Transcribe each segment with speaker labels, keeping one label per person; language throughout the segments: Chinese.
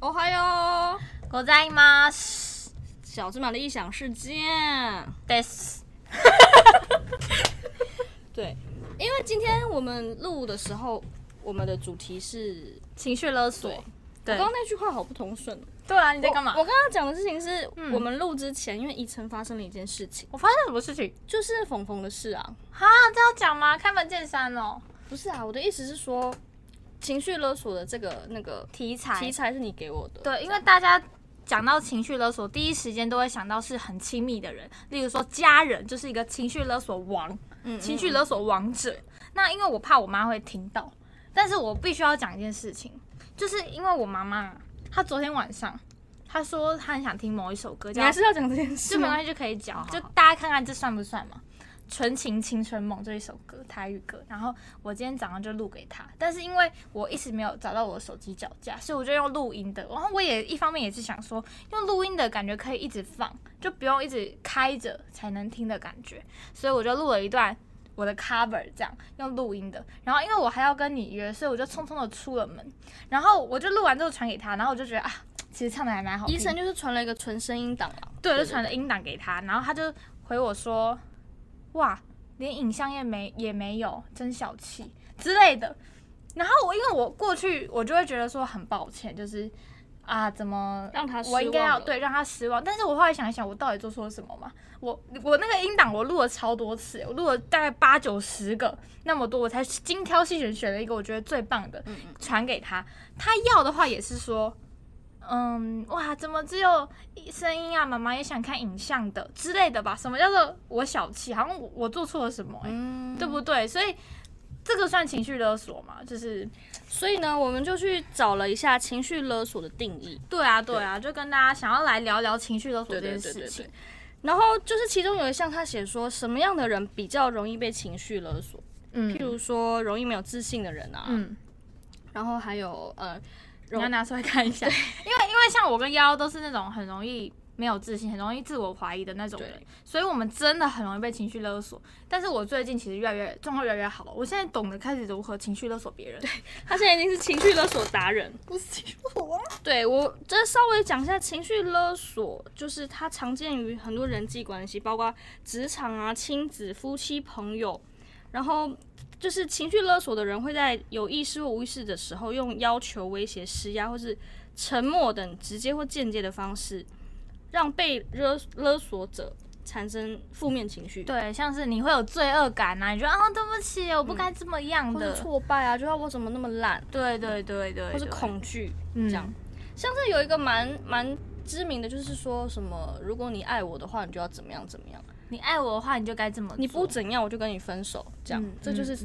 Speaker 1: 哦嗨哟，
Speaker 2: ございます
Speaker 1: 小芝麻的异想世界。
Speaker 2: です。
Speaker 1: 对，因为今天我们录的时候，我们的主题是……
Speaker 2: 情绪勒索。
Speaker 1: 我
Speaker 2: 对
Speaker 1: 刚刚那句话好不通顺哦。
Speaker 2: 对啊，你在干嘛？
Speaker 1: 我我刚刚讲的事情是
Speaker 2: 嗯
Speaker 1: 我们录之前，因为宜晨发生了一件事情，
Speaker 2: 我发生什么事情？
Speaker 1: 就是冯冯的事啊。
Speaker 2: 哈，这要讲吗？开门见山哦。
Speaker 1: 不是啊，我的意思是说，情绪勒索的这个那个
Speaker 2: 题材
Speaker 1: 题材是你给我的。
Speaker 2: 对，因为大家讲到情绪勒索，第一时间都会想到是很亲密的人，例如说家人，就是一个情绪勒索王，
Speaker 1: 嗯，
Speaker 2: 情绪勒索王者。那因为我怕我妈会听到，但是我必须要讲一件事情，就是因为我妈妈她昨天晚上她说她很想听某一首歌，
Speaker 1: 你
Speaker 2: 叫
Speaker 1: 还是要讲这件事嗯
Speaker 2: 就没
Speaker 1: 吗？
Speaker 2: 关系就可以讲，
Speaker 1: 好
Speaker 2: 就大家看看这算不算嘛？《纯情青春梦》这一首歌，台语歌，然后我今天早上就录给他，但是因为我一直没有找到我的手机脚架，所以我就用录音的。然后我也一方面也是想说，用录音的感觉可以一直放，就不用一直开着才能听的感觉，所以我就录了一段我的 cover，这样用录音的。然后因为我还要跟你约，所以我就匆匆的出了门。然后我就录完之后传给他，然后我就觉得啊，其实唱的还蛮好听
Speaker 1: 宜
Speaker 2: 的。
Speaker 1: 晨就是传了一个纯声音档啊。
Speaker 2: 对，我就传了音档给他，然后他就回我说：“哇，连影像也没也没有，真小气之类的。”然后我因为我过去我就会觉得说很抱歉，就是啊怎么
Speaker 1: 让他失
Speaker 2: 我应该
Speaker 1: 望
Speaker 2: 要
Speaker 1: 了
Speaker 2: 对让他失望，但是我后来想一想，我到底做错了什么嘛？我我那个音档我录了超多次，欸我录了大概八九十个那么多，我才精挑细选选了一个我觉得最棒的，
Speaker 1: 嗯嗯
Speaker 2: 传给他，他要的话也是说，嗯，哇，怎么只有声音啊？妈妈也想看影像的之类的吧？什么叫做我小气？好像我我做错了什么、欸，
Speaker 1: 嗯，
Speaker 2: 对不对？所以这个算情绪勒索嘛？就是
Speaker 1: 所以呢，我们就去找了一下情绪勒索的定义。
Speaker 2: 对啊，对啊，就跟大家想要来聊聊情绪勒索这件
Speaker 1: 对对
Speaker 2: 事
Speaker 1: 对
Speaker 2: 情
Speaker 1: 对。然后就是其中有一项，他写说什么样的人比较容易被情绪勒索，譬
Speaker 2: 嗯
Speaker 1: 如说容易没有自信的人啊，
Speaker 2: 嗯，
Speaker 1: 然后还有呃，
Speaker 2: 你要拿出来看一下，因为因为像我跟幺幺都是那种很容易。没有自信，很容易自我怀疑的那种人
Speaker 1: 对，
Speaker 2: 所以我们真的很容易被情绪勒索。但是我最近其实越来越状况越来越好，我现在懂得开始如何情绪勒索别人。
Speaker 1: 他现在已经是情绪勒索达人。
Speaker 2: 不是情绪勒索
Speaker 1: 对我这稍微讲一下情绪勒索，就是它常见于很多人际关系，包括职场啊、亲子、夫妻、朋友。然后就是情绪勒索的人会在有意识或无意识的时候，用要求、威胁、施压或是沉默等直接或间接的方式，让被勒勒索者产生负面情绪，，
Speaker 2: 对，像是你会有罪恶感呐、你觉得啊，对不起，我不该这么样
Speaker 1: 或
Speaker 2: 的。
Speaker 1: 是挫败啊，就说我怎么那么烂，
Speaker 2: 对对对对，
Speaker 1: 或是
Speaker 2: 对，
Speaker 1: 恐惧。
Speaker 2: 嗯
Speaker 1: 这样。像是有一个蛮蛮知名的，就是说什么，如果你爱我的话，你就要怎么样怎么样，
Speaker 2: 你爱我的话，你就该这么做。
Speaker 1: 你不怎样我就跟你分手，这样，
Speaker 2: 嗯
Speaker 1: 这就是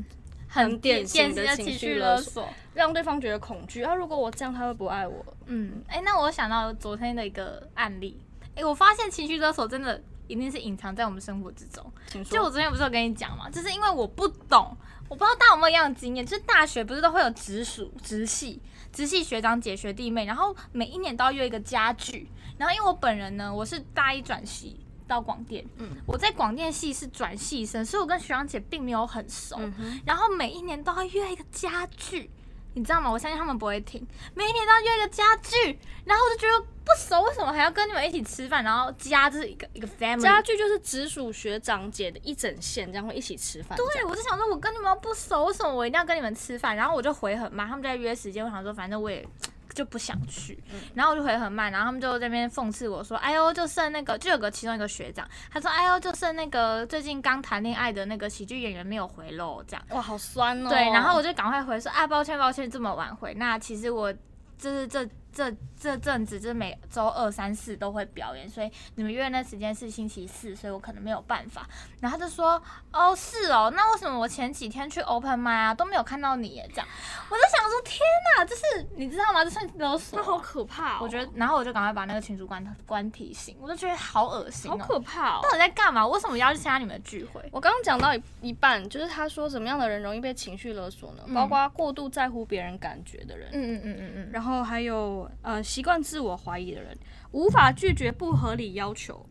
Speaker 2: 很
Speaker 1: 典型
Speaker 2: 典
Speaker 1: 的
Speaker 2: 的
Speaker 1: 情
Speaker 2: 情
Speaker 1: 绪
Speaker 2: 绪
Speaker 1: 勒
Speaker 2: 勒
Speaker 1: 索
Speaker 2: 索。
Speaker 1: 让对方觉得恐惧。啊，如果我这样，他会不爱我。
Speaker 2: 嗯，哎、那我想到昨天的一个案例，哎、我发现情绪勒索真的一定是隐藏在我们生活之中。
Speaker 1: 请说，
Speaker 2: 就我昨天不是有跟你讲嘛，就是因为我不懂，我不知道大家有没有一样的经验，就是大学不是都会有直属、直系、直系学长姐、学弟妹，然后每一年都要约一个家具。然后因为我本人呢，我是大一转系到广电，
Speaker 1: 嗯
Speaker 2: 嗯，我在广电系是转系生，所以我跟学长姐并没有很熟。
Speaker 1: 嗯哼，
Speaker 2: 然后每一年都要约一个家具，你知道吗？我相信他们不会听，每一年都要约一个家具，然后我就觉得不熟，为什么还要跟你们一起吃饭？然后家就是一个一个 family，
Speaker 1: 家具就是直属学长姐的一整线，这样会一起吃饭。这
Speaker 2: 对，
Speaker 1: 样，
Speaker 2: 我就想说，我跟你们又不熟，为什么我一定要跟你们吃饭？然后我就回很慢，他们在约时间，我想说，反正我也就不想去，然后我就回很慢，然后他们就在那边讽刺我说，哎呦，就剩那个，就有个其中一个学长，他说，哎呦，就剩那个最近刚谈恋爱的那个喜剧演员没有回喽，这样。
Speaker 1: 哇，好酸哦。
Speaker 2: 对，然后我就赶快回说啊，抱歉抱歉，这么晚回。那其实我就是这这这阵子，就是每周二、三、四都会表演，所以你们约的那时间是星期四，所以我可能没有办法。然后他就说哦，是哦，那为什么我前几天去 open m 啊都没有看到你耶？这样，我就想说天哪，这是你知道吗？这算勒索
Speaker 1: 那。好可怕、哦，
Speaker 2: 我觉得，然后我就赶快把那个群主关关提醒，我就觉得好恶 心、
Speaker 1: 好
Speaker 2: 哦，
Speaker 1: 可怕哦
Speaker 2: 到。底在干嘛？为什么要去参加你们的聚会？
Speaker 1: 我刚刚讲到一一半，就是他说什么样的人容易被情绪勒索呢？
Speaker 2: 嗯
Speaker 1: 包括过度在乎别人感觉的人，
Speaker 2: 嗯嗯嗯嗯嗯，
Speaker 1: 然后还有呃习惯自我怀疑的人，无法拒绝不合理要求，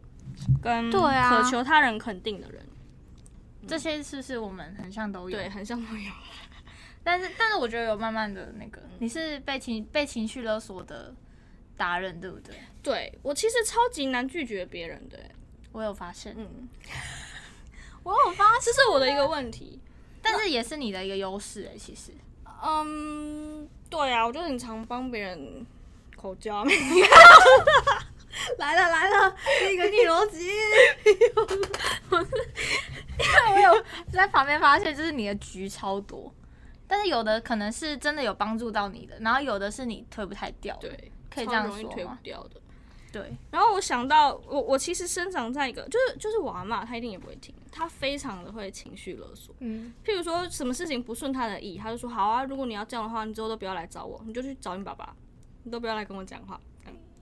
Speaker 1: 跟
Speaker 2: 对啊
Speaker 1: 渴求他人肯定的人，
Speaker 2: 这些是不是我们很像都有？
Speaker 1: 对，很像都有。
Speaker 2: 嗯但是，但是我觉得有慢慢的那个，你是被情被情绪勒索的达人，对不对？
Speaker 1: 对我其实超级难拒绝别人的、欸
Speaker 2: 我有发现，
Speaker 1: 嗯，
Speaker 2: 我有发现，
Speaker 1: 这是我的一个问题。
Speaker 2: 但是也是你的一个优势哎，其实
Speaker 1: 嗯，对啊，我就很常帮别人口交。
Speaker 2: 来了来了，一个逆逻辑。因为我有在旁边发现，就是你的局超多，但是有的可能是真的有帮助到你的，然后有的是你推不太掉 的。
Speaker 1: 对，
Speaker 2: 可以
Speaker 1: 超
Speaker 2: 这样
Speaker 1: 容易
Speaker 2: 说
Speaker 1: 推不
Speaker 2: 吗
Speaker 1: 掉的。
Speaker 2: 对，
Speaker 1: 然后我想到，我我其实生长在一个，就是就是我阿妈，她一定也不会听，她非常的会情绪勒索。
Speaker 2: 嗯，
Speaker 1: 譬如说什么事情不顺她的意，她就说好啊，如果你要这样的话，你之后都不要来找我，你就去找你爸爸，你都不要来跟我讲话，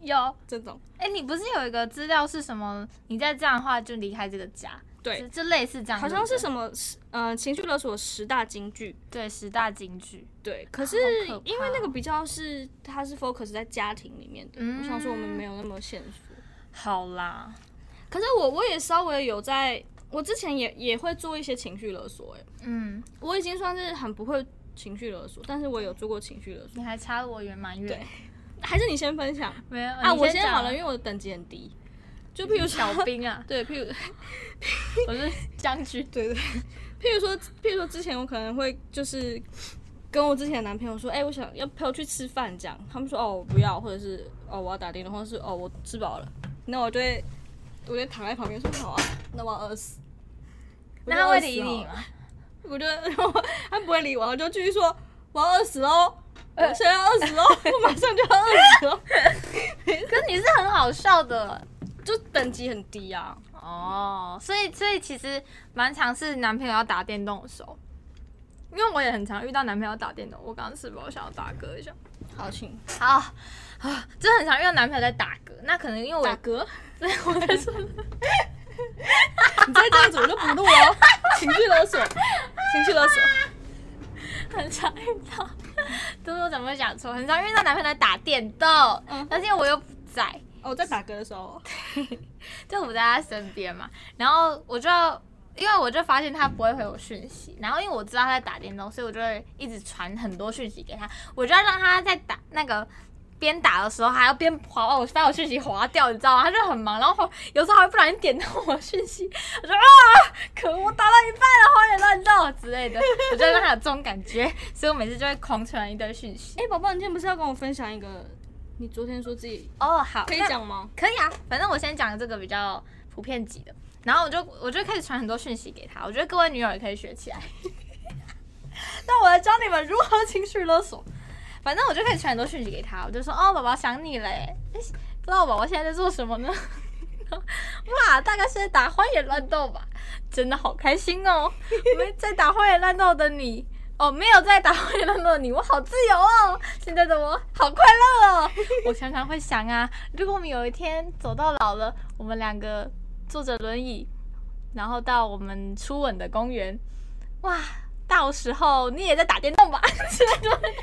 Speaker 2: 有。
Speaker 1: 这种。
Speaker 2: 哎、你不是有一个资料是什么？你再这样的话就离开这个家。
Speaker 1: 对
Speaker 2: 就，就类似这样。
Speaker 1: 好像是
Speaker 2: 么？
Speaker 1: 什么呃情绪勒索十大金句，
Speaker 2: 对，十大金句。
Speaker 1: 对，可是
Speaker 2: 好可
Speaker 1: 因为那个
Speaker 2: 怕
Speaker 1: 比较是它是 focus 在家庭里面的，我想说我们没有那么线索。
Speaker 2: 好啦，
Speaker 1: 可是我我也稍微有在，我之前也也会做一些情绪勒索、欸，
Speaker 2: 嗯，
Speaker 1: 我已经算是很不会情绪勒索，但是我有做过情绪勒索。
Speaker 2: 你还差我远蛮远。
Speaker 1: 对还是你先分享
Speaker 2: 没有
Speaker 1: 啊？
Speaker 2: 你
Speaker 1: 我先
Speaker 2: 讲
Speaker 1: 好了，因为我的等级很低。就譬如
Speaker 2: 小
Speaker 1: 说，，
Speaker 2: 兵啊
Speaker 1: 对，譬如
Speaker 2: 我是将军。
Speaker 1: 对对，譬如说，譬如说，之前我可能会就是跟我之前的男朋友说，哎、我想要陪我去吃饭，这样，他们说哦我不要，或者是哦我要打电动，或者是哦我吃饱了，那我就会我就躺在旁边说好啊，那我要饿死。
Speaker 2: 那他会理你吗？
Speaker 1: 啊我就饿死好了？我就他不会理我，我就继续说我要饿死喽，我现在要饿 死喽，我马上就要饿死喽，
Speaker 2: 可是你是很好笑的
Speaker 1: 就等级很低啊。
Speaker 2: 哦，所以所以其实蛮常是男朋友要打电动的时候，因为我也很常遇到男朋友打电动。我刚刚是不是我想要打嗝一下？
Speaker 1: 好， 请
Speaker 2: 好啊，真的很常遇到男朋友在打嗝。那可能因为我
Speaker 1: 打嗝，
Speaker 2: 对我在说，
Speaker 1: 你再这样子我就不录了哦，情绪勒索，情绪勒索。
Speaker 2: 很常遇到， 都是我怎么会讲错？很常遇到男朋友在打电动，
Speaker 1: 嗯
Speaker 2: 但是因为我又不在，
Speaker 1: 哦，在打嗝的时候，
Speaker 2: 就不在他身边嘛，然后我就因为我就发现他不会回我讯息，然后因为我知道他在打电动，所以我就会一直传很多讯息给他，我就要让他在打那个。边打的时候还要边划我把我讯息划掉，你知道吗？他就很忙，然后有时候还会不小心点到我的讯息，我说啊，可恶，我打到一半了，花也乱到之类的，我就让他有这种感觉，所以我每次就会狂传一堆讯息。
Speaker 1: 哎、宝宝，你今天不是要跟我分享一个？你昨天说自己
Speaker 2: 哦，好，
Speaker 1: 可以
Speaker 2: 那
Speaker 1: 讲吗？
Speaker 2: 可以啊，反正我先讲这个比较普遍级的，然后我就我就开始传很多讯息给他，我觉得各位女友也可以学起来。 那我来教你们如何情绪勒索。反正我就开始传很多讯息给他，我就说哦，宝宝想你嘞，诶不知道宝宝现在在做什么呢？ 哇，大概是在打荒野乱斗吧，真的好开心哦！我们在打荒野乱斗的你，哦，没有在打荒野乱斗的你，我好自由哦！现在的我好快乐哦！我常常会想啊，如果我们有一天走到老了，我们两个坐着轮椅，然后到我们初吻的公园，哇，到时候你也在打电动 吧？之类的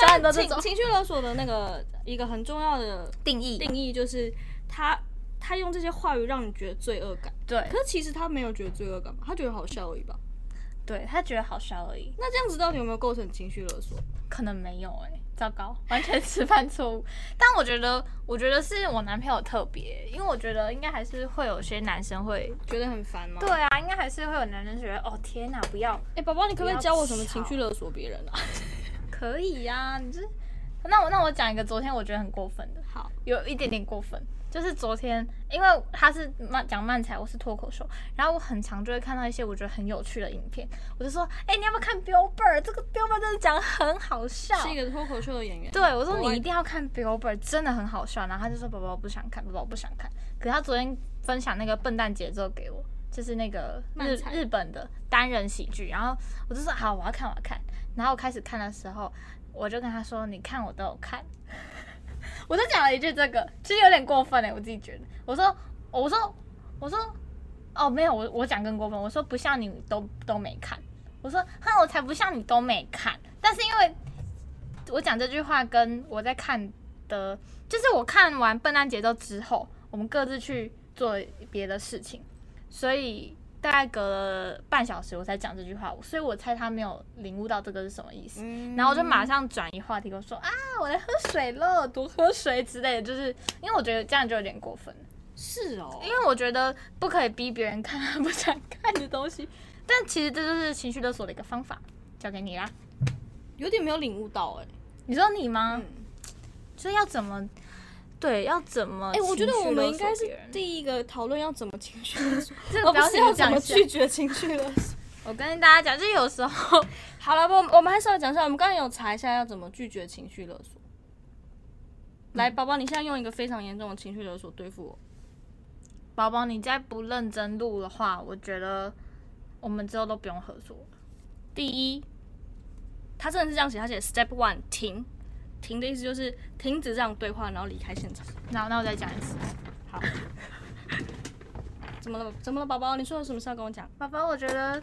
Speaker 2: 讲很多这
Speaker 1: 情
Speaker 2: 种
Speaker 1: 情绪勒索的那个一个很重要的
Speaker 2: 定义，
Speaker 1: 定义就是他。他用这些话语让你觉得罪恶感，
Speaker 2: 对
Speaker 1: 可是其实他没有觉得罪恶感吧？他觉得好笑而已吧？
Speaker 2: 对，他觉得好笑而已，
Speaker 1: 那这样子到底有没有构成情绪勒索？
Speaker 2: 可能没有哎、糟糕，完全示范错误。但我觉得，我觉得是我男朋友特别，因为我觉得应该还是会有些男生会，
Speaker 1: 觉得很烦吗？
Speaker 2: 对，啊，应该还是会有男生觉得，哦天哪，不要，
Speaker 1: 哎、宝宝，你可不可
Speaker 2: 不
Speaker 1: 以
Speaker 2: 要
Speaker 1: 教我什么
Speaker 2: 吵
Speaker 1: 情绪勒索别人啊？
Speaker 2: 可以呀、你这，那我那我讲一个昨天我觉得很过分的，
Speaker 1: 好，
Speaker 2: 有一点点过分。就是昨天，因为他是漫讲漫才，我是脱口秀，然后我很常就会看到一些我觉得很有趣的影片，我就说，哎、你要不要看 Billboard？这个 Billboard 真的讲得很好笑，
Speaker 1: 是一个脱口秀的演员，
Speaker 2: 啊对，我说
Speaker 1: 国外
Speaker 2: 你一定要看 Billboard，真的很好笑。然后他就说宝宝我不想看，宝宝我不想看。可是他昨天分享那个笨蛋节奏给我，就是那个日
Speaker 1: 漫才
Speaker 2: 日本的单人喜剧，然后我就说好，我要看，我要啊看。然后我开始看的时候，我就跟他说，你看我都有看， 我就讲了一句这个，其实有点过分哎、我自己觉得。我说，我说，我说，哦，没有，我我讲更过分，我说不像你都都没看，我说哼，我才不像你都没看。但是因为我讲这句话跟我在看的，就是我看完《笨蛋节奏》之后，我们各自去做别的事情，所以大概隔了半小时我才讲这句话，所以我猜他没有领悟到这个是什么意思。
Speaker 1: 嗯
Speaker 2: 然后我就马上转移话题，跟我说啊，我来喝水了，多喝水之类的，就是因为我觉得这样就有点过分了，
Speaker 1: 是哦，
Speaker 2: 因为我觉得不可以逼别人看他不想看的东西，但其实这就是情绪勒索的一个方法，交给你啦。
Speaker 1: 有点没有领悟到哎、
Speaker 2: 你说你吗？
Speaker 1: 嗯，
Speaker 2: 所以要怎么？对，要怎么？
Speaker 1: 哎、我觉得我们应该是
Speaker 2: 第，
Speaker 1: 第一个讨论要怎么情绪勒索，
Speaker 2: 这
Speaker 1: 而不
Speaker 2: 个表
Speaker 1: 是
Speaker 2: 示
Speaker 1: 要
Speaker 2: 要
Speaker 1: 怎
Speaker 2: 怎
Speaker 1: 么
Speaker 2: 么
Speaker 1: 拒
Speaker 2: 去。
Speaker 1: 绝情绪勒索。
Speaker 2: 我跟大家讲，就是有时候，
Speaker 1: 好了，我我们还是要讲一下，我们刚才有查一下要怎么拒绝情绪勒索。嗯来，宝宝，你现在用一个非常严重的情绪勒索对付我。
Speaker 2: 宝宝你再不认真录的话，我觉得我们之后都不用合作了。
Speaker 1: 第一，他真的是这样写，他写 Step One 停，停的意思就是停止这样对话，然后离开现场。
Speaker 2: 那那我再讲一次，
Speaker 1: 好，怎么了？怎么了，宝宝？你说有什么事要跟我讲？
Speaker 2: 宝宝，我觉得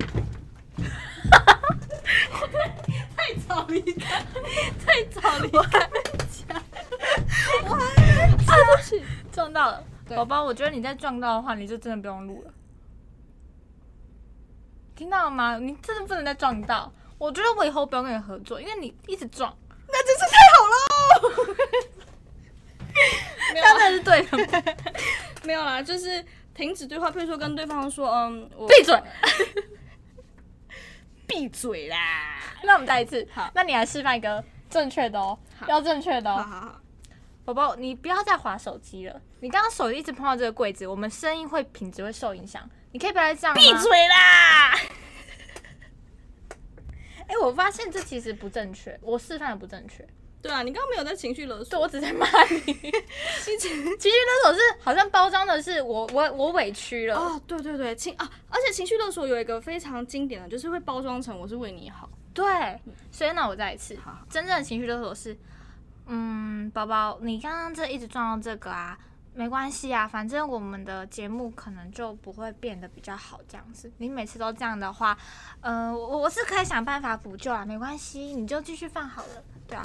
Speaker 1: 太 早离开，太早离开。 啊
Speaker 2: 撞到了。
Speaker 1: 对
Speaker 2: 宝宝，我觉得你再撞到的话，你就真的不用录了。听到了吗？你真的不能再撞到。我觉得我以后不要跟你合作，因为你一直撞，
Speaker 1: 那真是 太好喽！没有
Speaker 2: 当
Speaker 1: 啦，
Speaker 2: 然是对的。
Speaker 1: 没有啦，就是停止对话，譬如说跟对方说，嗯，我
Speaker 2: 闭嘴。
Speaker 1: 闭嘴啦。
Speaker 2: 那我们再一次，
Speaker 1: 好
Speaker 2: 那你来示范一个正确的哦，要正确的
Speaker 1: 好
Speaker 2: 哦，
Speaker 1: 好好，
Speaker 2: 宝宝，你不要再划手机了，你刚刚手一直碰到这个柜子，我们声音会品质会受影响，你可以不要再这样吗
Speaker 1: 闭！嘴啦！
Speaker 2: 哎、我发现这其实不正确，我示范的不正确，
Speaker 1: 对啊，你刚刚没有在情绪勒
Speaker 2: 对
Speaker 1: 索，
Speaker 2: 我只在骂你。
Speaker 1: 一直
Speaker 2: 情绪勒索是好像包装的是我我我委屈了，
Speaker 1: 哦，对对对，情啊，而且情绪勒索有一个非常经典的，就是会包装成我是为你好。
Speaker 2: 对，所以那我再一次
Speaker 1: 好好，
Speaker 2: 真正的情绪勒索是，嗯，宝宝，你刚刚这一直撞到这个啊，没关系啊，反正我们的节目可能就不会变得比较好这样子。你每次都这样的话，呃，我我是可以想办法补救啊啦，没关系，你就继续放好了，对啊。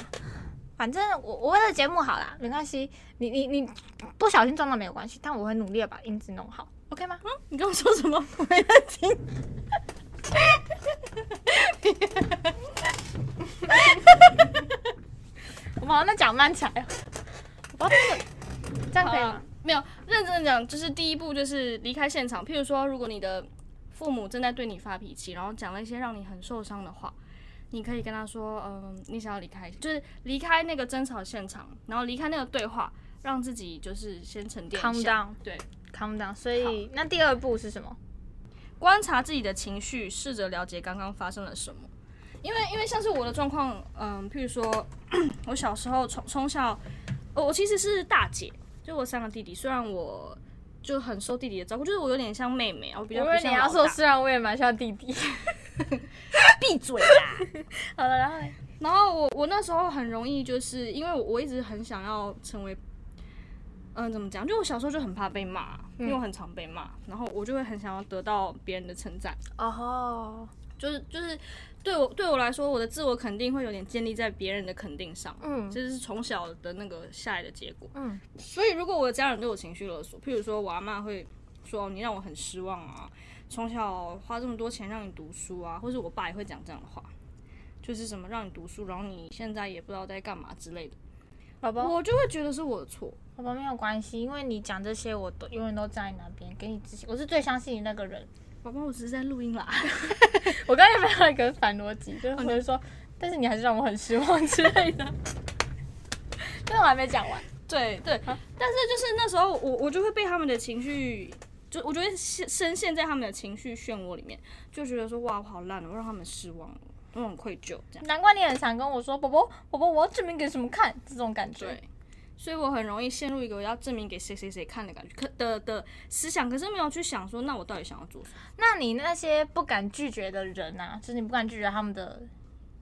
Speaker 2: 反正我我为了节目好啦，没关系，你你你不小心撞到没有关系，但我会努力的把音质弄好，OK 吗？
Speaker 1: 你刚刚说什么？我没在听。
Speaker 2: 我们好像在讲漫才哦，我不知道这个这样可以
Speaker 1: 好
Speaker 2: 吗
Speaker 1: 啊？没有认真地讲，就是第一步就是离开现场。譬如说，如果你的父母正在对你发脾气，然后讲了一些让你很受伤的话，你可以跟他说，嗯，你想要离开，就是离开那个争吵现场，然后离开那个对话，让自己就是先沉淀一
Speaker 2: Calm
Speaker 1: 下。
Speaker 2: down，
Speaker 1: 对，
Speaker 2: calm down。所以那第二步是什么？
Speaker 1: 观察自己的情绪，试着了解刚刚发生了什么。因为因为像是我的状况，嗯，譬如说， 我小时候从从小，我我其实是大姐，就我三个弟弟，虽然我就很受弟弟的照顾，就是我有点像妹妹啊，我比较
Speaker 2: 我以
Speaker 1: 不
Speaker 2: 为
Speaker 1: 像
Speaker 2: 你要
Speaker 1: 老
Speaker 2: 说，
Speaker 1: 大
Speaker 2: 虽然我也蛮像弟弟。
Speaker 1: 闭嘴啦。
Speaker 2: 好了，然后嘞
Speaker 1: 然后我我那时候很容易就是因为我我一直很想要成为，嗯、怎么讲？就我小时候就很怕被骂，
Speaker 2: 嗯
Speaker 1: 因为我很常被骂，然后我就会很想要得到别人的称赞。
Speaker 2: 哦，
Speaker 1: 就是就是对我对我来说，我的自我肯定会有点建立在别人的肯定上，
Speaker 2: 嗯
Speaker 1: 这是从小的那个下来的结果。
Speaker 2: 嗯，
Speaker 1: 所以如果我的家人对我情绪勒索，譬如说我阿妈会说哦你让我很失望啊，从小花这么多钱让你读书啊，或者我爸也会讲这样的话，就是什么让你读书，然后你现在也不知道在干嘛之类的，
Speaker 2: 宝宝，
Speaker 1: 我就会觉得是我的错。
Speaker 2: 宝宝没有关系，因为你讲这些，我都永远都在你那边，给你支持。我是最相信你那个人。
Speaker 1: 宝宝，我只是在录音啦。
Speaker 2: 我刚才没有一个反逻辑，就是我就说，但是你还是让我很失望之类的。 但我还没讲完。
Speaker 1: 对对，
Speaker 2: 啊
Speaker 1: 但是就是那时候我我就会被他们的情绪，就我就会陷深陷在他们的情绪漩涡里面，就觉得说哇我好烂哦，我让他们失望了，我很愧疚这样。
Speaker 2: 难怪你很常跟我说，宝宝，宝宝，我要证明给什么看？这种感觉。
Speaker 1: 对，所以我很容易陷入一个我要证明给谁谁谁看的感觉，可的的思想，可是没有去想说那我到底想要做什么。
Speaker 2: 那你那些不敢拒绝的人啊，就是你不敢拒绝他们的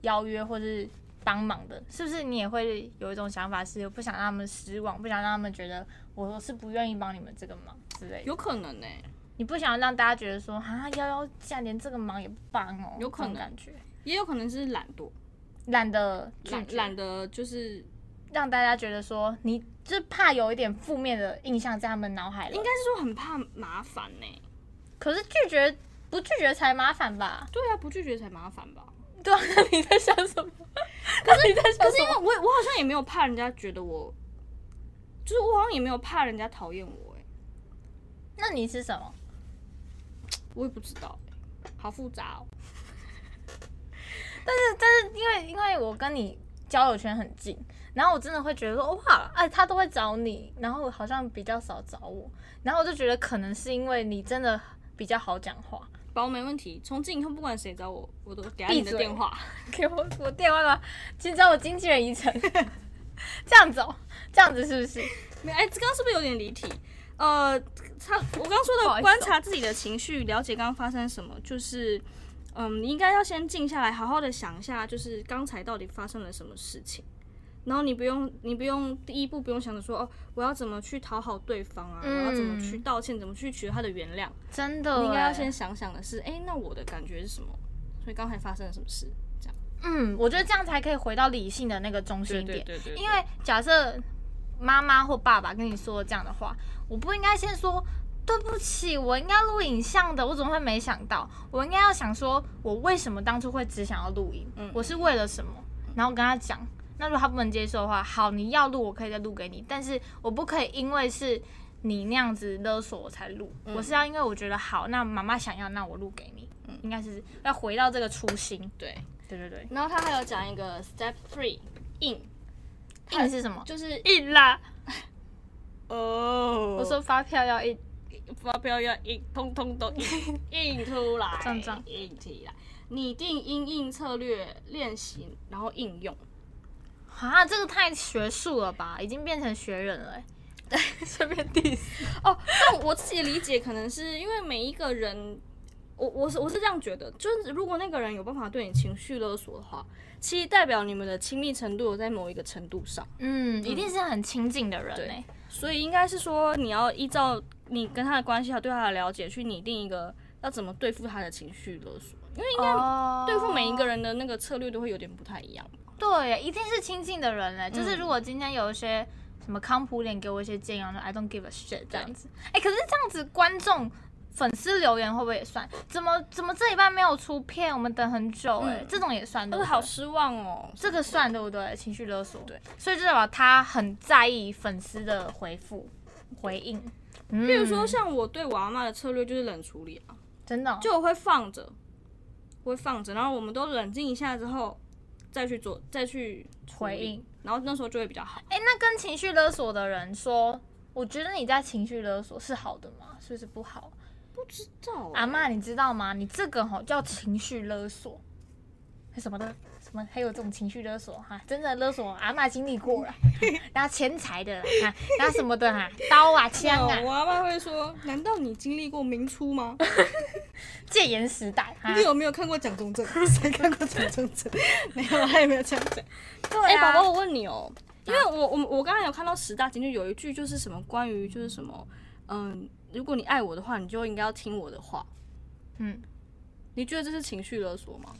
Speaker 2: 邀约或是帮忙的，是不是你也会有一种想法是不想让他们失望，不想让他们觉得我是不愿意帮你们这个忙之类的？
Speaker 1: 有可能呢、
Speaker 2: 你不想让大家觉得说啊，幺幺竟然连这个忙也不帮哦，
Speaker 1: 有可能
Speaker 2: 这种感觉
Speaker 1: 也有可能是懒惰，
Speaker 2: 懒得
Speaker 1: 懒
Speaker 2: 拒绝
Speaker 1: 懒得就是
Speaker 2: 让大家觉得说你就是怕有一点负面的印象在他们脑海里
Speaker 1: 应。该是说很怕麻烦呢、
Speaker 2: 可是拒绝不拒绝才麻烦吧？
Speaker 1: 对啊，不拒绝才麻烦吧？
Speaker 2: 对啊，那你在想什么？ 可是你在想
Speaker 1: 可是
Speaker 2: 什
Speaker 1: 因为
Speaker 2: 么？
Speaker 1: 我我好像也没有怕人家觉得我，就是我好像也没有怕人家讨厌我、欸，
Speaker 2: 那你是什么？
Speaker 1: 我也不知道、欸好复杂哦、
Speaker 2: 因为因为我跟你交友圈很近，然后我真的会觉得说哇，哎，他都会找你，然后好像比较少找我，然后我就觉得可能是因为你真的比较好讲话。
Speaker 1: 包没问题，从今以后不管谁找我，我都给他你
Speaker 2: 闭
Speaker 1: 的
Speaker 2: 嘴
Speaker 1: 电话。
Speaker 2: 给我我电话吧，请找我经纪人一成。 这样子哦，这样子是不是？
Speaker 1: 没哎，这刚刚是不是有点离题？呃，他我刚刚说
Speaker 2: 不好
Speaker 1: 的
Speaker 2: 意思哦
Speaker 1: 观察自己的情绪，了解刚刚发生什么，就是嗯，你应该要先静下来，好好的想一下，就是刚才到底发生了什么事情。然后你不用，你不用第一步不用想着说哦，我要怎么去讨好对方啊，我
Speaker 2: 嗯
Speaker 1: 要怎么去道歉，怎么去取得他的原谅。
Speaker 2: 真的欸，
Speaker 1: 你应该要先想想的是，哎，那我的感觉是什么？所以刚才发生了什么事？这样
Speaker 2: 嗯，我觉得这样才可以回到理性的那个中心
Speaker 1: 对
Speaker 2: 点。
Speaker 1: 对对对，对
Speaker 2: 因为假设妈妈或爸爸跟你说这样的话，我不应该先说对不起，我应该录影像的，我怎么会没想到？我应该要想说，我为什么当初会只想要录影？
Speaker 1: 嗯
Speaker 2: 我是为了什么？然后跟他讲。那如果他不能接受的话，好，你要录，我可以再录给你，但是我不可以因为是你那样子勒索我才录，我是要因为我觉得好，那妈妈想要，那我录给你，应该是要回到这个初心。
Speaker 1: 对。
Speaker 2: 对对对，
Speaker 1: 然后他还有讲一个 step three 硬，
Speaker 2: 印是什么？
Speaker 1: 就是
Speaker 2: 印啦，
Speaker 1: 哦，
Speaker 2: 我说发票要印。
Speaker 1: 发票要印，通通都 印印出来，
Speaker 2: 这样这样
Speaker 1: 印起来。拟定因应策略练习，然后应用。
Speaker 2: 啊，这个太学术了吧，已经变成学人了、欸。顺便 diss
Speaker 1: 哦，但我自己的理解可能是因为每一个人，我我是我是这样觉得，就是如果那个人有办法对你情绪勒索的话，其实代表你们的亲密程度有在某一个程度上，
Speaker 2: 嗯，一定是很亲近的
Speaker 1: 欸
Speaker 2: 人哎、
Speaker 1: 所以应该是说你要依照你跟他的关系还有对他的了解去拟定一个要怎么对付他的情绪勒索，因为应该
Speaker 2: 哦
Speaker 1: 对付每一个人的那个策略都会有点不太一样。
Speaker 2: 对，一定是亲近的人嘞、欸
Speaker 1: 嗯
Speaker 2: 就是如果今天有一些什么康普脸给我一些建议，然后 I don't give a shit 这样子。哎、可是这样子观众粉丝留言会不会也算？怎么怎么这一半没有出片，我们等很久哎、
Speaker 1: 嗯
Speaker 2: 这种也算
Speaker 1: 但
Speaker 2: 对
Speaker 1: 是
Speaker 2: 不
Speaker 1: 好
Speaker 2: 对？
Speaker 1: 失望哦。
Speaker 2: 这个算对不对？情绪勒索。
Speaker 1: 对，
Speaker 2: 所以就代表他很在意粉丝的回复回应。嗯、
Speaker 1: 比如说，像我对我阿妈的策略就是冷处理啊，
Speaker 2: 真的哦、
Speaker 1: 就我会放着，我会放着，然后我们都冷静一下之后，再去做，再去处理
Speaker 2: 回应，
Speaker 1: 然后那时候就会比较好。
Speaker 2: 哎、那跟情绪勒索的人说，我觉得你在情绪勒索是好的吗？是不是不好？
Speaker 1: 照
Speaker 2: 阿嬷，你知道吗？你这个吼叫情绪勒索，什么的，什么还有这种情绪勒索哈、真的勒索，阿嬷经历 过了，然后钱财的哈、然后什么的哈、刀啊枪啊
Speaker 1: 我，阿妈会说：“难道你经历过明初吗？
Speaker 2: 戒严时代哈。
Speaker 1: 你有没有看过蒋中正？ 谁看过蒋中正？ 没有，他也没有这样讲。
Speaker 2: 对
Speaker 1: 哎、
Speaker 2: 啊，
Speaker 1: 宝宝，我问你哦，因为我我我刚才有看到十大金句有一句就是什么关于就是什么，嗯，如果你爱我的话，你就应该要听我的话。
Speaker 2: 嗯，
Speaker 1: 你觉得这是情绪勒索吗？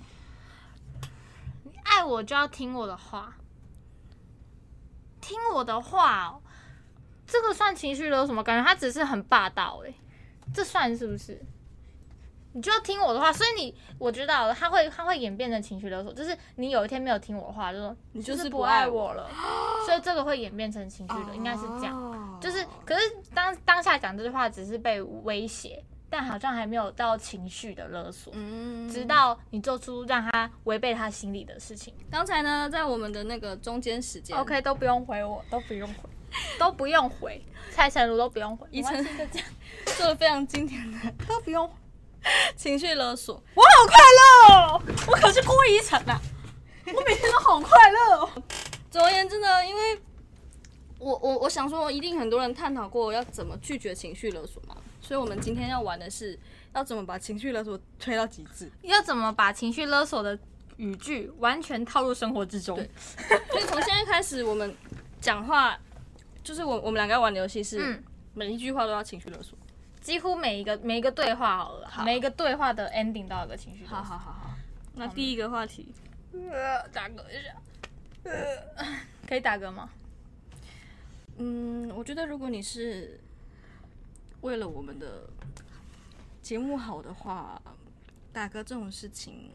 Speaker 2: 爱我就要听我的话，听我的话、哦，这个算情绪勒索吗？感觉他只是很霸道哎、这算是不是？你就要听我的话，所以你我知道了，他会他会演变成情绪勒索，就是你有一天没有听我的话，就说
Speaker 1: 你
Speaker 2: 就
Speaker 1: 就是是
Speaker 2: 不
Speaker 1: 不
Speaker 2: 爱
Speaker 1: 爱
Speaker 2: 我哦
Speaker 1: 我
Speaker 2: 了，所以这个会演变成情绪勒，应该是这样。
Speaker 1: 样
Speaker 2: 就是，可是当当下讲这句话只是被威胁，但好像还没有到情绪的勒索，
Speaker 1: 嗯
Speaker 2: 直到你做出让他违背他心里的事情。
Speaker 1: 刚才呢，在我们的那个中间时间
Speaker 2: OK，都不用回我，都不用 回，都不用回，蔡成儒都不用回，
Speaker 1: 以晨
Speaker 2: 没关系就这样，
Speaker 1: 做了非常经典的
Speaker 2: 都不用。
Speaker 1: 情绪勒 索。
Speaker 2: 我好快乐哦，我可是郭一晨啊，我每天都好快乐哦。
Speaker 1: 总而言之呢，因为我我我想说，一定很多人探讨过要怎么拒绝情绪勒索嘛，所以我们今天要玩的是要怎么把情绪勒索推到极致。
Speaker 2: 要怎么把情绪勒索的语句完全套入生活之中？
Speaker 1: 对 所以从现在开始，我们讲话就是我我们两个要玩的游戏是
Speaker 2: 嗯，
Speaker 1: 每一句话都要情绪勒索。
Speaker 2: 几乎每一个每一个对话好了，
Speaker 1: 好
Speaker 2: 每一个对话的 ending 都有个情绪勒索。
Speaker 1: 啊好好好好，那第一个话题，
Speaker 2: 呃，打嗝一下，呃， 可以打嗝吗？
Speaker 1: 嗯，我觉得如果你是为了我们的节目好的话，大哥，这种事情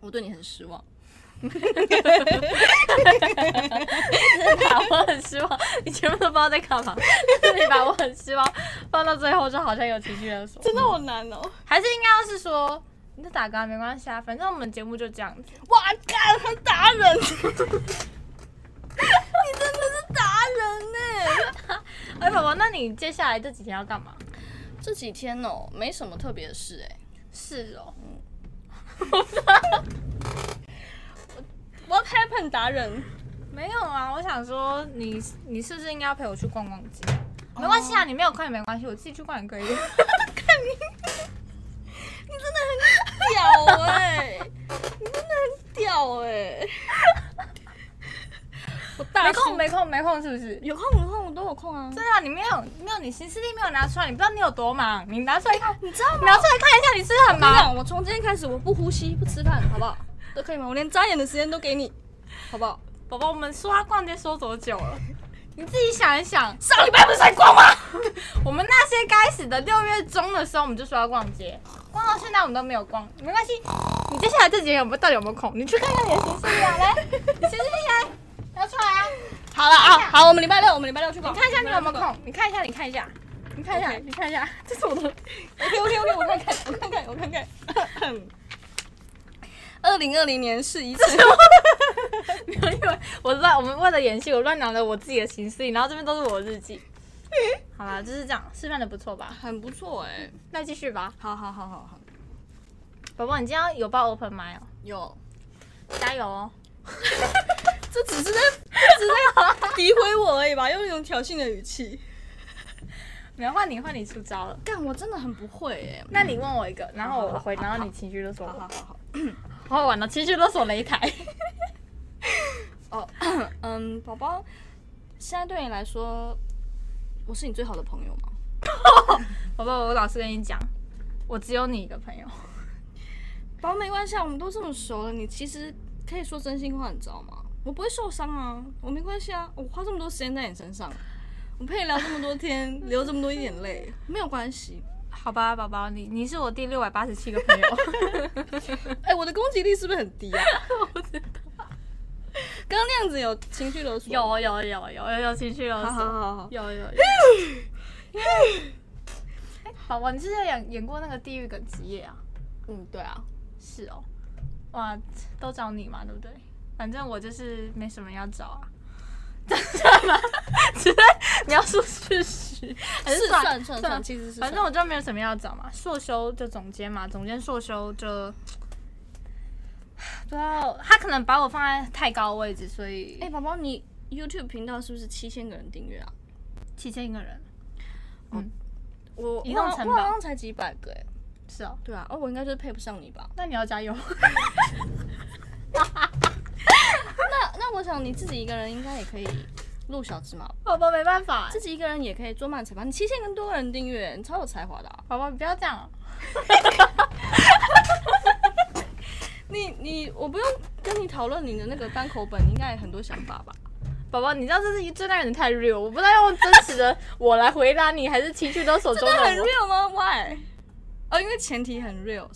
Speaker 1: 我对你很失望。
Speaker 2: 把我很失望，你全部都不知道在干嘛， 你把我很失望放到最后，就好像有情绪勒索，
Speaker 1: 真的好难哦！
Speaker 2: 还是应该要是说。你就打嗝没关系啊，反正我们节目就这样子。
Speaker 1: 哇，干，他打人！欸 你真的是达人欸呢、
Speaker 2: 哎，宝宝，那你接下来这几天要干嘛？
Speaker 1: 这几天哦，没什么特别的事哎、
Speaker 2: 是哦，
Speaker 1: What happened，达人？
Speaker 2: 没有啊，我想说你你是不是应该要陪我去逛逛街？没关系啊，你没有空也没关系，我自己去逛也 可以。
Speaker 1: 屌哎、你真的很屌哎、我大
Speaker 2: 没
Speaker 1: 叔
Speaker 2: 空没空没空是不是？
Speaker 1: 有空有空，我都有空啊。
Speaker 2: 对啊，你没有没有你行事历没有拿出来，你不知道你有多忙，你拿出来看，
Speaker 1: 你知道吗？
Speaker 2: 拿出来看一下，你是不是很
Speaker 1: 我跟你
Speaker 2: 忙？
Speaker 1: 讲，我从今天开始我不呼吸不吃饭，好不好？都可以吗？我连眨眼的时间都给你，好不好？
Speaker 2: 宝宝，我们说要逛街说多久了？ 你自己想一想，
Speaker 1: 上礼拜不是才逛吗？
Speaker 2: 我们那些该死的六月中的时候，我们就说要逛街，逛到现在我们都没有逛，没关系。你接下来这几天有没有到底有没有空？你去看看你的行事历啊，来，你行事历来，拿出来啊，
Speaker 1: 好了啊，好，我们礼拜六，我们礼拜六去逛。
Speaker 2: 你看一下你有没有
Speaker 1: 我们
Speaker 2: 空，你看一下，你看一下，你看一下，
Speaker 1: OK
Speaker 2: 你看一下，这是我的。
Speaker 1: 礼拜六去逛？OK OK OK，我看 看，我看看，我看看。 二零二零年是 一次，
Speaker 2: 没有，因为我乱，我们为了演戏，我乱拿了我自己的行事历，然后这边都是我的日记。好啦，就是这样，示范的不错吧？
Speaker 1: 很不错哎、
Speaker 2: 那继续吧，
Speaker 1: 好好好好好，
Speaker 2: 宝宝，你今天有报 open m i 哦，
Speaker 1: 有，
Speaker 2: 加油 哦！
Speaker 1: 这只是在只是在诋毁我而已吧，用一种挑衅的语气。
Speaker 2: 没有换你，换你出招了。
Speaker 1: 但我真的很不会哎、
Speaker 2: 那你问我一个，然后
Speaker 1: 好
Speaker 2: 我
Speaker 1: 好
Speaker 2: 回，
Speaker 1: 好
Speaker 2: 然后你情绪勒索
Speaker 1: 好好
Speaker 2: 我，
Speaker 1: 好好，
Speaker 2: 好好玩哦，情绪勒索擂台。
Speaker 1: 哦，嗯，宝宝，现在对你来说，我是你最好的朋友吗？
Speaker 2: 宝宝，我老实跟你讲，我只有你一个朋友。
Speaker 1: 宝宝没关系啊，我们都这么熟了，你其实可以说真心话，你知道吗？我不会受伤啊，我没关系啊，我花这么多时间在你身上，我陪你聊这么多天，流这么多眼 泪，没有关系。
Speaker 2: 好吧，宝宝，你你是我第六百八十七个朋友。
Speaker 1: 哎、我的攻击力是不是很低 啊？刚刚那样子有情绪勒索？。
Speaker 2: 有有有有有有情啊绪勒
Speaker 1: 好好
Speaker 2: 索，
Speaker 1: 好好。
Speaker 2: 有有有。哎宝宝，你是不是演演过那个《地狱梗职业》啊？
Speaker 1: 嗯，对啊。
Speaker 2: 是哦，哇，都找你嘛，对不对？反正我就是没什么要找啊，真的吗？只是描述事实，还
Speaker 1: 是
Speaker 2: 算啊
Speaker 1: 算算算，其实是
Speaker 2: 反
Speaker 1: 算
Speaker 2: 正我就没有什么要找嘛，硕修就总监嘛，总监硕修就 不知道啊他可能把我放在太高位置，所以
Speaker 1: 哎，宝宝，你 YouTube 频道是不是七千个人订阅啊？
Speaker 2: 七千一个人
Speaker 1: 我我
Speaker 2: 移动
Speaker 1: 好像
Speaker 2: 城
Speaker 1: 我好
Speaker 2: 堡
Speaker 1: 像才几百个哎。
Speaker 2: 是哦，
Speaker 1: 对啊，哦，我应该就是配不上你吧？
Speaker 2: 那你要加油。
Speaker 1: 那那我想你自己一个人应该也可以录小芝麻吧，
Speaker 2: 宝宝没办法，
Speaker 1: 自己一个人也可以做慢才吧？你七千跟多个人订阅，你超有才华的、啊。
Speaker 2: 宝宝你不要这样哦，
Speaker 1: 你你我不用跟你讨论你的那个单口本，你应该也很多想法吧？
Speaker 2: 宝宝，你知道这是这段有点太 real，我不知道用真实的我来回答你，还是情绪勒索 中
Speaker 1: 真的很
Speaker 2: 的我。
Speaker 1: real 吗？Why？哦，因为前提很 real，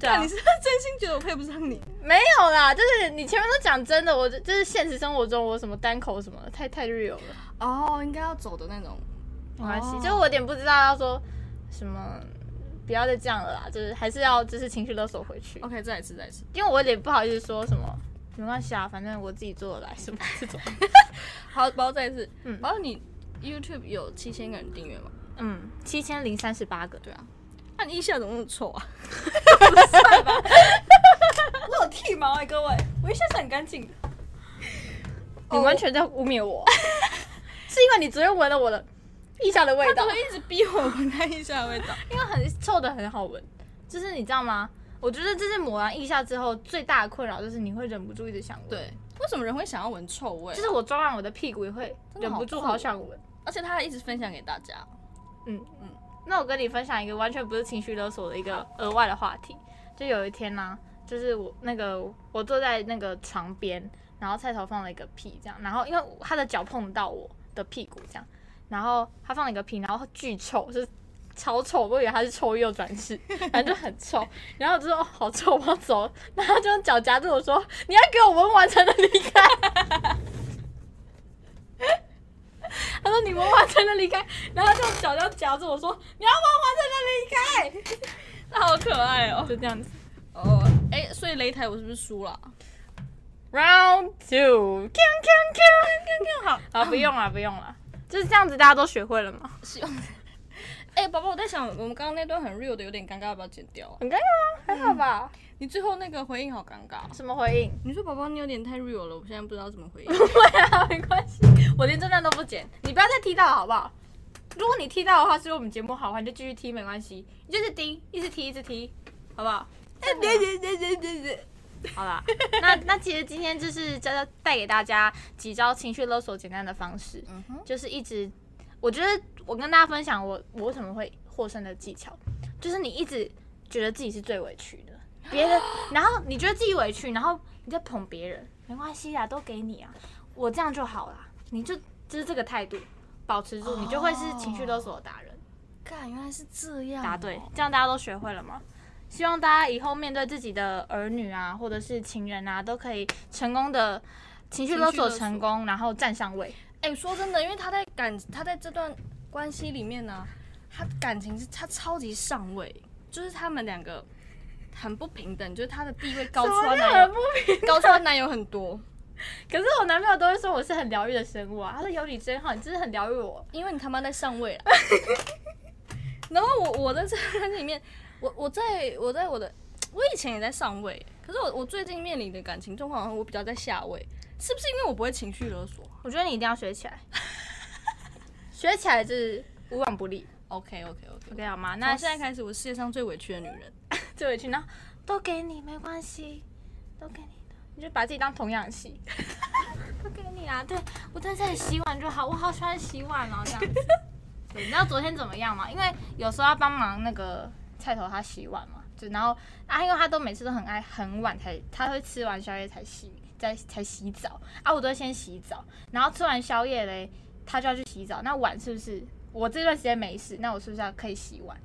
Speaker 2: 对 啊
Speaker 1: 你，是不是真心觉得我配不上你？
Speaker 2: 没有啦，就是你前面都讲真的，我就就是现实生活中我什么单口什么的，太太 real 了。
Speaker 1: 哦，应该要走的那种。
Speaker 2: 没关系
Speaker 1: 哦，
Speaker 2: 就我有点不知道要说什么，不要再这样了啦，就是还是要就是情绪勒索回去，
Speaker 1: OK，再来一次，再来一次。
Speaker 2: 因为我有点不好意思说什么，没关系啊，反正我自己做得来什么这种，
Speaker 1: 好，包再一次。
Speaker 2: 嗯
Speaker 1: 包你 YouTube 有七千个人订阅吗？
Speaker 2: 嗯，七千零三十八个，
Speaker 1: 对啊。那、你腋下怎么那么臭啊？
Speaker 2: 我有剃毛哎、各位，我一下是很干净的，你
Speaker 1: 哦
Speaker 2: 完全在污蔑我， 是因为你昨天闻了我的腋下的味
Speaker 1: 他
Speaker 2: 道
Speaker 1: 都，会一直逼我闻他腋下的味道。
Speaker 2: 因为很臭的很好闻，就是你知道吗？我觉得这是抹完腋下之后最大的困扰，就是你会忍不住一直想闻。
Speaker 1: 对， 为什么人会想要闻臭味？
Speaker 2: 就是我抓完我的屁股也会
Speaker 1: 真的
Speaker 2: 忍
Speaker 1: 好哦
Speaker 2: 不住
Speaker 1: 酷
Speaker 2: 好想闻。
Speaker 1: 而且他还一直分享给大家。
Speaker 2: 嗯嗯。那我跟你分享一个完全不是情绪勒索的一个额外的话题，就有一天呢、就是我那个我坐在那个床边，然后菜头放了一个屁，这样，然后因为他的脚碰到我的屁股这样，然后他放了一个屁，然后巨臭，就是超臭，我以为他是臭右转世， 反正就很臭。然后我就说哦好臭，我要走了。然后他就用脚夹住我说你要给我闻完才能离开。 他说你闻完才能离开，然后他就用脚这样夹住我说你要闻完才能离开，
Speaker 1: 那好可爱哦。
Speaker 2: 就这样子。
Speaker 1: 哦，哎，所以擂台我是不是输了？
Speaker 2: Round two，
Speaker 1: 好，
Speaker 2: 好，不用了，不用了，就是这样子，大家都学会了吗？
Speaker 1: 希望。 哎，宝宝，我在想，我们刚刚那段很 real 的，有点尴尬，要不要剪掉啊？
Speaker 2: 很尴尬吗？还好吧。
Speaker 1: 你最后那个回应好尴尬哦。
Speaker 2: 什么回应？
Speaker 1: 你说宝宝，你有点太 real 了，我现在不知道怎么回应。
Speaker 2: 对啊，没关系，我连这段都不剪，你不要再踢到了好不好？如果你踢到的话，是因为我们节目好玩，你就继续踢，没关系，你就是踢，一直踢，一直踢，好不好？好 啦，那那其实今天就是教教带给大家几招情绪勒索简单的方式，
Speaker 1: 嗯哼，
Speaker 2: 就是一直，我觉得我跟大家分享我我为什么会获胜的技巧，就是你一直觉得自己是最委屈的，别人，然后你觉得自己委屈，然后你在捧别人，没关系啊，都给你啊，我这样就好啦，你就就是这个态度，保持住，你就会是情绪勒索的达人。嗯
Speaker 1: 干，原来是这样。哦
Speaker 2: 哦答对，这样大家都学会了吗？希望大家以后面对自己的儿女啊，或者是情人啊，都可以成功的情绪勒索成功，然后站上位。
Speaker 1: 哎、说真的，因为他在感，他在这段关系里面呢、他感情是他超级上位，就是他们两个很不平等，就是他的地位高出他男友，高出他男友很多，
Speaker 2: 可是我男朋友都会说我是很疗愈的生物啊，他说有你真好，你真的很疗愈我。
Speaker 1: 因为你他妈在上位了。然后我我在这段关系里面，我我在我在我的，我以前也在上位，可是我我最近面临的感情状况，好像我比较在下位，是不是因为我不会情绪勒索
Speaker 2: 我觉得你一定要学起来， 学起来就是无往不利。
Speaker 1: ？OK OK OK，
Speaker 2: OK 好吗？
Speaker 1: 那
Speaker 2: 那
Speaker 1: 现在开始，我是世界上最委屈的女人。
Speaker 2: 最委屈呢，都给你没关系，都给你的，你就把自己当童养媳， 都给你啦。对我在这里洗碗就好，我好喜欢洗碗哦，这样子。对，你知道昨天怎么样吗？因为有时候要帮忙那个菜头他洗碗嘛，就然后啊，因为他都每次都很爱很晚才，他会吃完宵夜才洗，再才洗澡啊，我都会先洗澡，然后吃完宵夜嘞，他就要去洗澡，那碗是不是我这段时间没事，那我是不是要可以洗碗？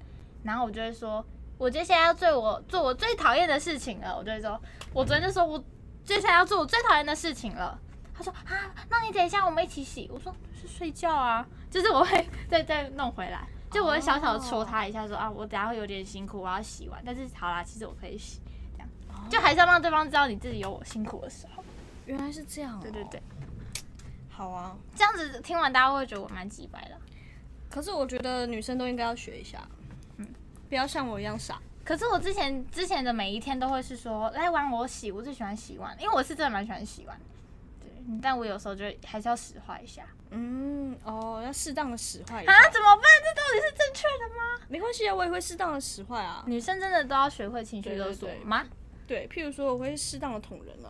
Speaker 2: 然后我就会说，我接下来要做我做我最讨厌的事情了。我就会说，我昨天就说我接下来要做我最讨厌的事情了。他说啊，那你等一下，我们一起洗。我说是睡觉啊，就是我会再再弄回来，就我会小小的戳他一下说，啊，我等下会有点辛苦，我要洗碗，但是好啦，其实我可以洗，这样就还是要让对方知道你自己有我辛苦的时候。
Speaker 1: 原来是这样、哦
Speaker 2: 对对对，，
Speaker 1: 好啊。
Speaker 2: 这样子听完大家会觉得我蛮鸡掰的。
Speaker 1: 可是我觉得女生都应该要学一下，不要像我一样傻。
Speaker 2: 可是我之前之前的每一天都会是说来玩我洗，我最喜欢洗碗，因为我是真的蛮喜欢洗碗的。对，但我有时候就还是要使坏一下
Speaker 1: 嗯，哦，要适当的使坏一下，
Speaker 2: 啊？怎么办？这到底是正确的吗？
Speaker 1: 没关系啊，我也会适当的使坏啊。
Speaker 2: 女生真的都要学会情绪勒索
Speaker 1: 对对对
Speaker 2: 吗？
Speaker 1: 对，譬如说我会适当的捅人啊，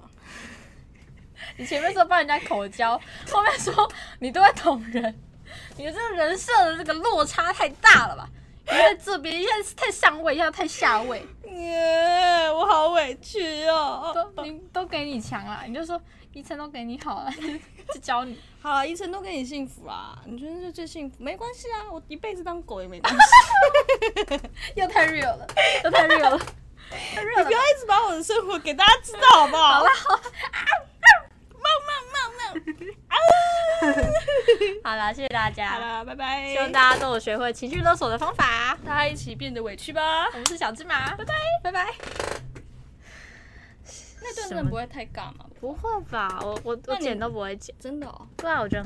Speaker 2: 你前面说帮人家口交， 后面说你都在捅人，你的这个人设的这个落差太大了吧？你在这边一下是太上位，一下太下位，
Speaker 1: 耶，我好委屈哦。
Speaker 2: 都你都给你强了，你就说医生都给你好了， 就教你。
Speaker 1: 好了，医生都给你幸福啦，你觉得这最幸福，没关系啊，我一辈子当狗也没关系。
Speaker 2: 又太 real 了，又太 real 了，太 real
Speaker 1: 你
Speaker 2: 了
Speaker 1: 不要一直把我的生活给大家知道，好不好？好啦，好
Speaker 2: 好啦，谢谢大家，
Speaker 1: 啦，拜拜。
Speaker 2: 希望大家都有学会情绪勒索的方法。
Speaker 1: 大家一起变得委屈吧。
Speaker 2: 我们是小芝麻，拜拜拜拜。
Speaker 1: 那段
Speaker 2: 什
Speaker 1: 真的
Speaker 2: 么
Speaker 1: 不会太尬嘛？
Speaker 2: 不会吧？我我我
Speaker 1: 你
Speaker 2: 剪都不会剪，
Speaker 1: 真的哦。
Speaker 2: 对啊，我觉得很好